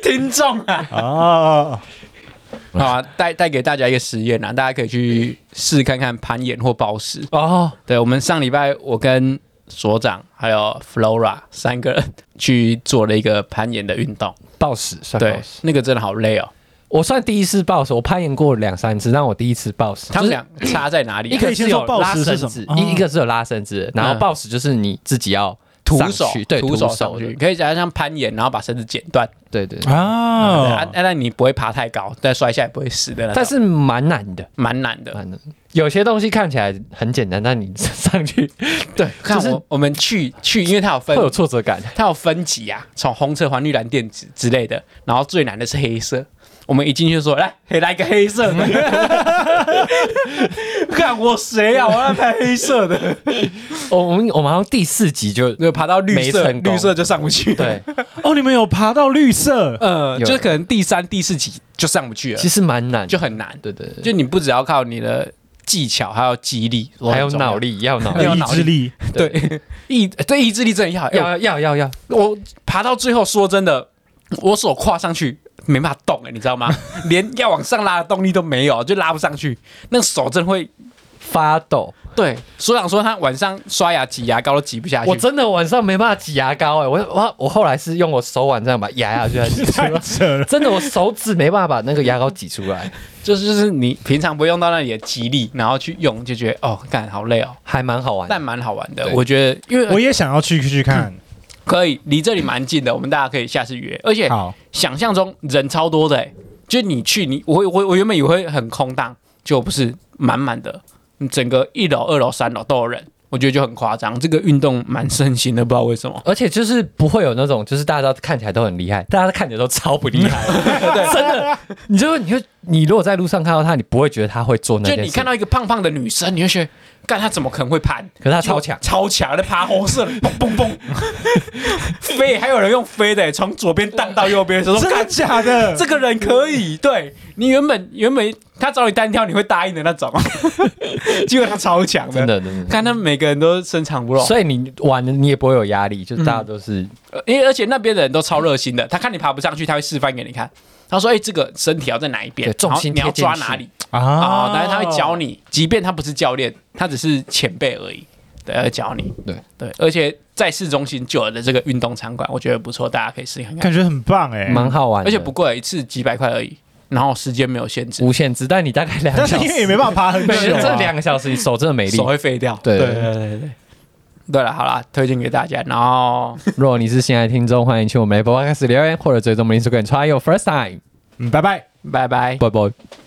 Speaker 1: 听众啊，
Speaker 2: 哦，
Speaker 1: 好啊，带带给大家一个实验啊，大家可以去试看看攀岩或暴食。
Speaker 3: 哦，
Speaker 1: 对我们上礼拜我跟所长还有 Flora 三个人去做了一个攀岩的运动，
Speaker 3: 暴食算暴
Speaker 1: 对
Speaker 3: 食，。
Speaker 1: 那个真的好累哦。
Speaker 3: 我算第一次暴食，我攀岩过两三次，但我第一次暴食。
Speaker 1: 他们俩差在哪里
Speaker 3: 一
Speaker 1: 啊？
Speaker 3: 个是有拉
Speaker 2: 可以先说暴食
Speaker 3: 绳子
Speaker 2: 是什，么
Speaker 3: 一一个是有拉绳子，然后暴食就是你自己要
Speaker 1: 徒
Speaker 3: 上
Speaker 1: 手
Speaker 3: 去对
Speaker 1: 徒
Speaker 3: 手
Speaker 1: 手上
Speaker 3: 的
Speaker 1: 去，可以讲像攀岩，然后把绳子剪断。
Speaker 3: 对对。对
Speaker 1: 对啊
Speaker 2: 哦，，
Speaker 1: 但、但你不会爬太高，但摔下也不会死的那种。
Speaker 3: 嗯但是蛮难的，
Speaker 1: 蛮难的。
Speaker 3: 蛮难。有些东西看起来很简单，但你 上去
Speaker 1: 对，看
Speaker 3: 就是
Speaker 1: 我我们去去，因为它有分
Speaker 3: 会有挫折感。
Speaker 1: 它有分级啊，从红橙黄绿蓝靛紫之类的，然后最难的是黑色。我们一进去就说来，黑来一个黑 色 的，看我谁啊？我要拍黑色的，
Speaker 3: 我我们我们好像第四集就
Speaker 1: 就爬到绿色，
Speaker 3: 没成功
Speaker 1: 绿色就上不去。，
Speaker 3: 对，
Speaker 2: 哦，你们有爬到绿色，
Speaker 1: 呃，
Speaker 3: 有
Speaker 1: 就是可能第三、第四集就上不去了
Speaker 3: 其，实蛮难，
Speaker 1: 就很难。
Speaker 3: 对对对，
Speaker 1: 就你不只要靠你的技巧，还有记忆力，
Speaker 3: 还有脑，力，要脑
Speaker 1: 没
Speaker 3: 力
Speaker 1: 有，
Speaker 2: 意
Speaker 1: 脑力
Speaker 2: 志力，
Speaker 1: 对 意对意志力真的要要。
Speaker 3: 要要要要，
Speaker 1: 我爬到最后，说真的，我手跨上去没办法动、欸，你知道 吗？连要往上拉的动力都没有，就拉不上去。那个手真的会
Speaker 3: 发抖。
Speaker 1: 对所长说，他晚上刷牙挤牙膏都挤不下去。
Speaker 3: 我真的晚上没办法挤牙膏哎、我我我后来是用我手腕这样把压下去才 挤出
Speaker 2: 太
Speaker 3: 来，
Speaker 2: 扯了。
Speaker 3: 真的我手指没办法把那个牙膏挤出来，
Speaker 1: 就是就是你平常不会用到那里的肌力，然后去用，就觉得哦，干好累哦，
Speaker 3: 还蛮好玩的
Speaker 1: 但。蛮好玩的。
Speaker 3: 对
Speaker 1: 我觉得因
Speaker 2: 我
Speaker 1: 为
Speaker 2: 也想要去去看，
Speaker 1: 可以离这里蛮近的，我们大家可以下次约。而且
Speaker 2: 好，
Speaker 1: 想象中人超多的、欸，就你去你我我我原本以为很空荡，就不是满满的，你整个一楼、二楼、三楼都有人，我觉得就很夸张。这个运动蛮盛行的，不知道为什 么。
Speaker 3: 而且就是不会有那种，就是大家都看起来都很厉害，大家看起来都超不厉害，真的。 你就你就你如果在路上看到他，你不会觉得他会做那
Speaker 1: 就
Speaker 3: 件事，
Speaker 1: 你看到一个胖胖的女生，你会觉得，干她怎么可能会攀？
Speaker 3: 可是她超强
Speaker 1: 超强，那爬红色的，嘣嘣 嘣，飞，还有人用飞的、欸，从左边荡到右边，说
Speaker 2: 真的
Speaker 1: 干
Speaker 2: 假的？
Speaker 1: 这个人可以，对你原本原本他找你单挑，你会答应的那 种，结果他超强
Speaker 3: 真的真的。
Speaker 1: 看他们每个人都深藏不露，
Speaker 3: 所以你玩的你也不会有压力，就大家都是、
Speaker 1: 呃因为而且那边的人都超热心的，他看你爬不上去，他会示范给你看。他说：“哎、这个身体要在哪一边
Speaker 3: 对，重心
Speaker 1: 然后你
Speaker 3: 贴
Speaker 1: 要抓
Speaker 3: 进去哦
Speaker 1: 哪里啊
Speaker 2: 啊？”
Speaker 1: 然后他会教你，即便他不是教练，他只是前辈而已，对，他会教你。
Speaker 3: 对
Speaker 1: 对，而且在市中心就有的这个运动场馆，我觉得不错，大家可以试看看，
Speaker 2: 感觉很棒哎、
Speaker 3: 蛮好玩的，
Speaker 1: 而且不贵，一次几百块而已，然后时间没有限制，
Speaker 3: 无限制，但你大概两
Speaker 2: 但
Speaker 3: 个
Speaker 2: 是
Speaker 3: 小
Speaker 2: 因为也
Speaker 3: 时，
Speaker 2: 没办法爬很久、
Speaker 3: 对
Speaker 2: 啊，
Speaker 3: 这两个小时你手真的没力
Speaker 1: 手，会废掉。
Speaker 3: 对
Speaker 2: 对对对对，
Speaker 1: 对了，好啦，推荐给大家。然后
Speaker 3: 如果你是新来的听众，欢迎去我们的 Apple Podcast 留言，或者追踪我们的 Instagram，try your first time，
Speaker 2: 嗯，拜拜。
Speaker 1: 拜拜。
Speaker 3: 拜拜。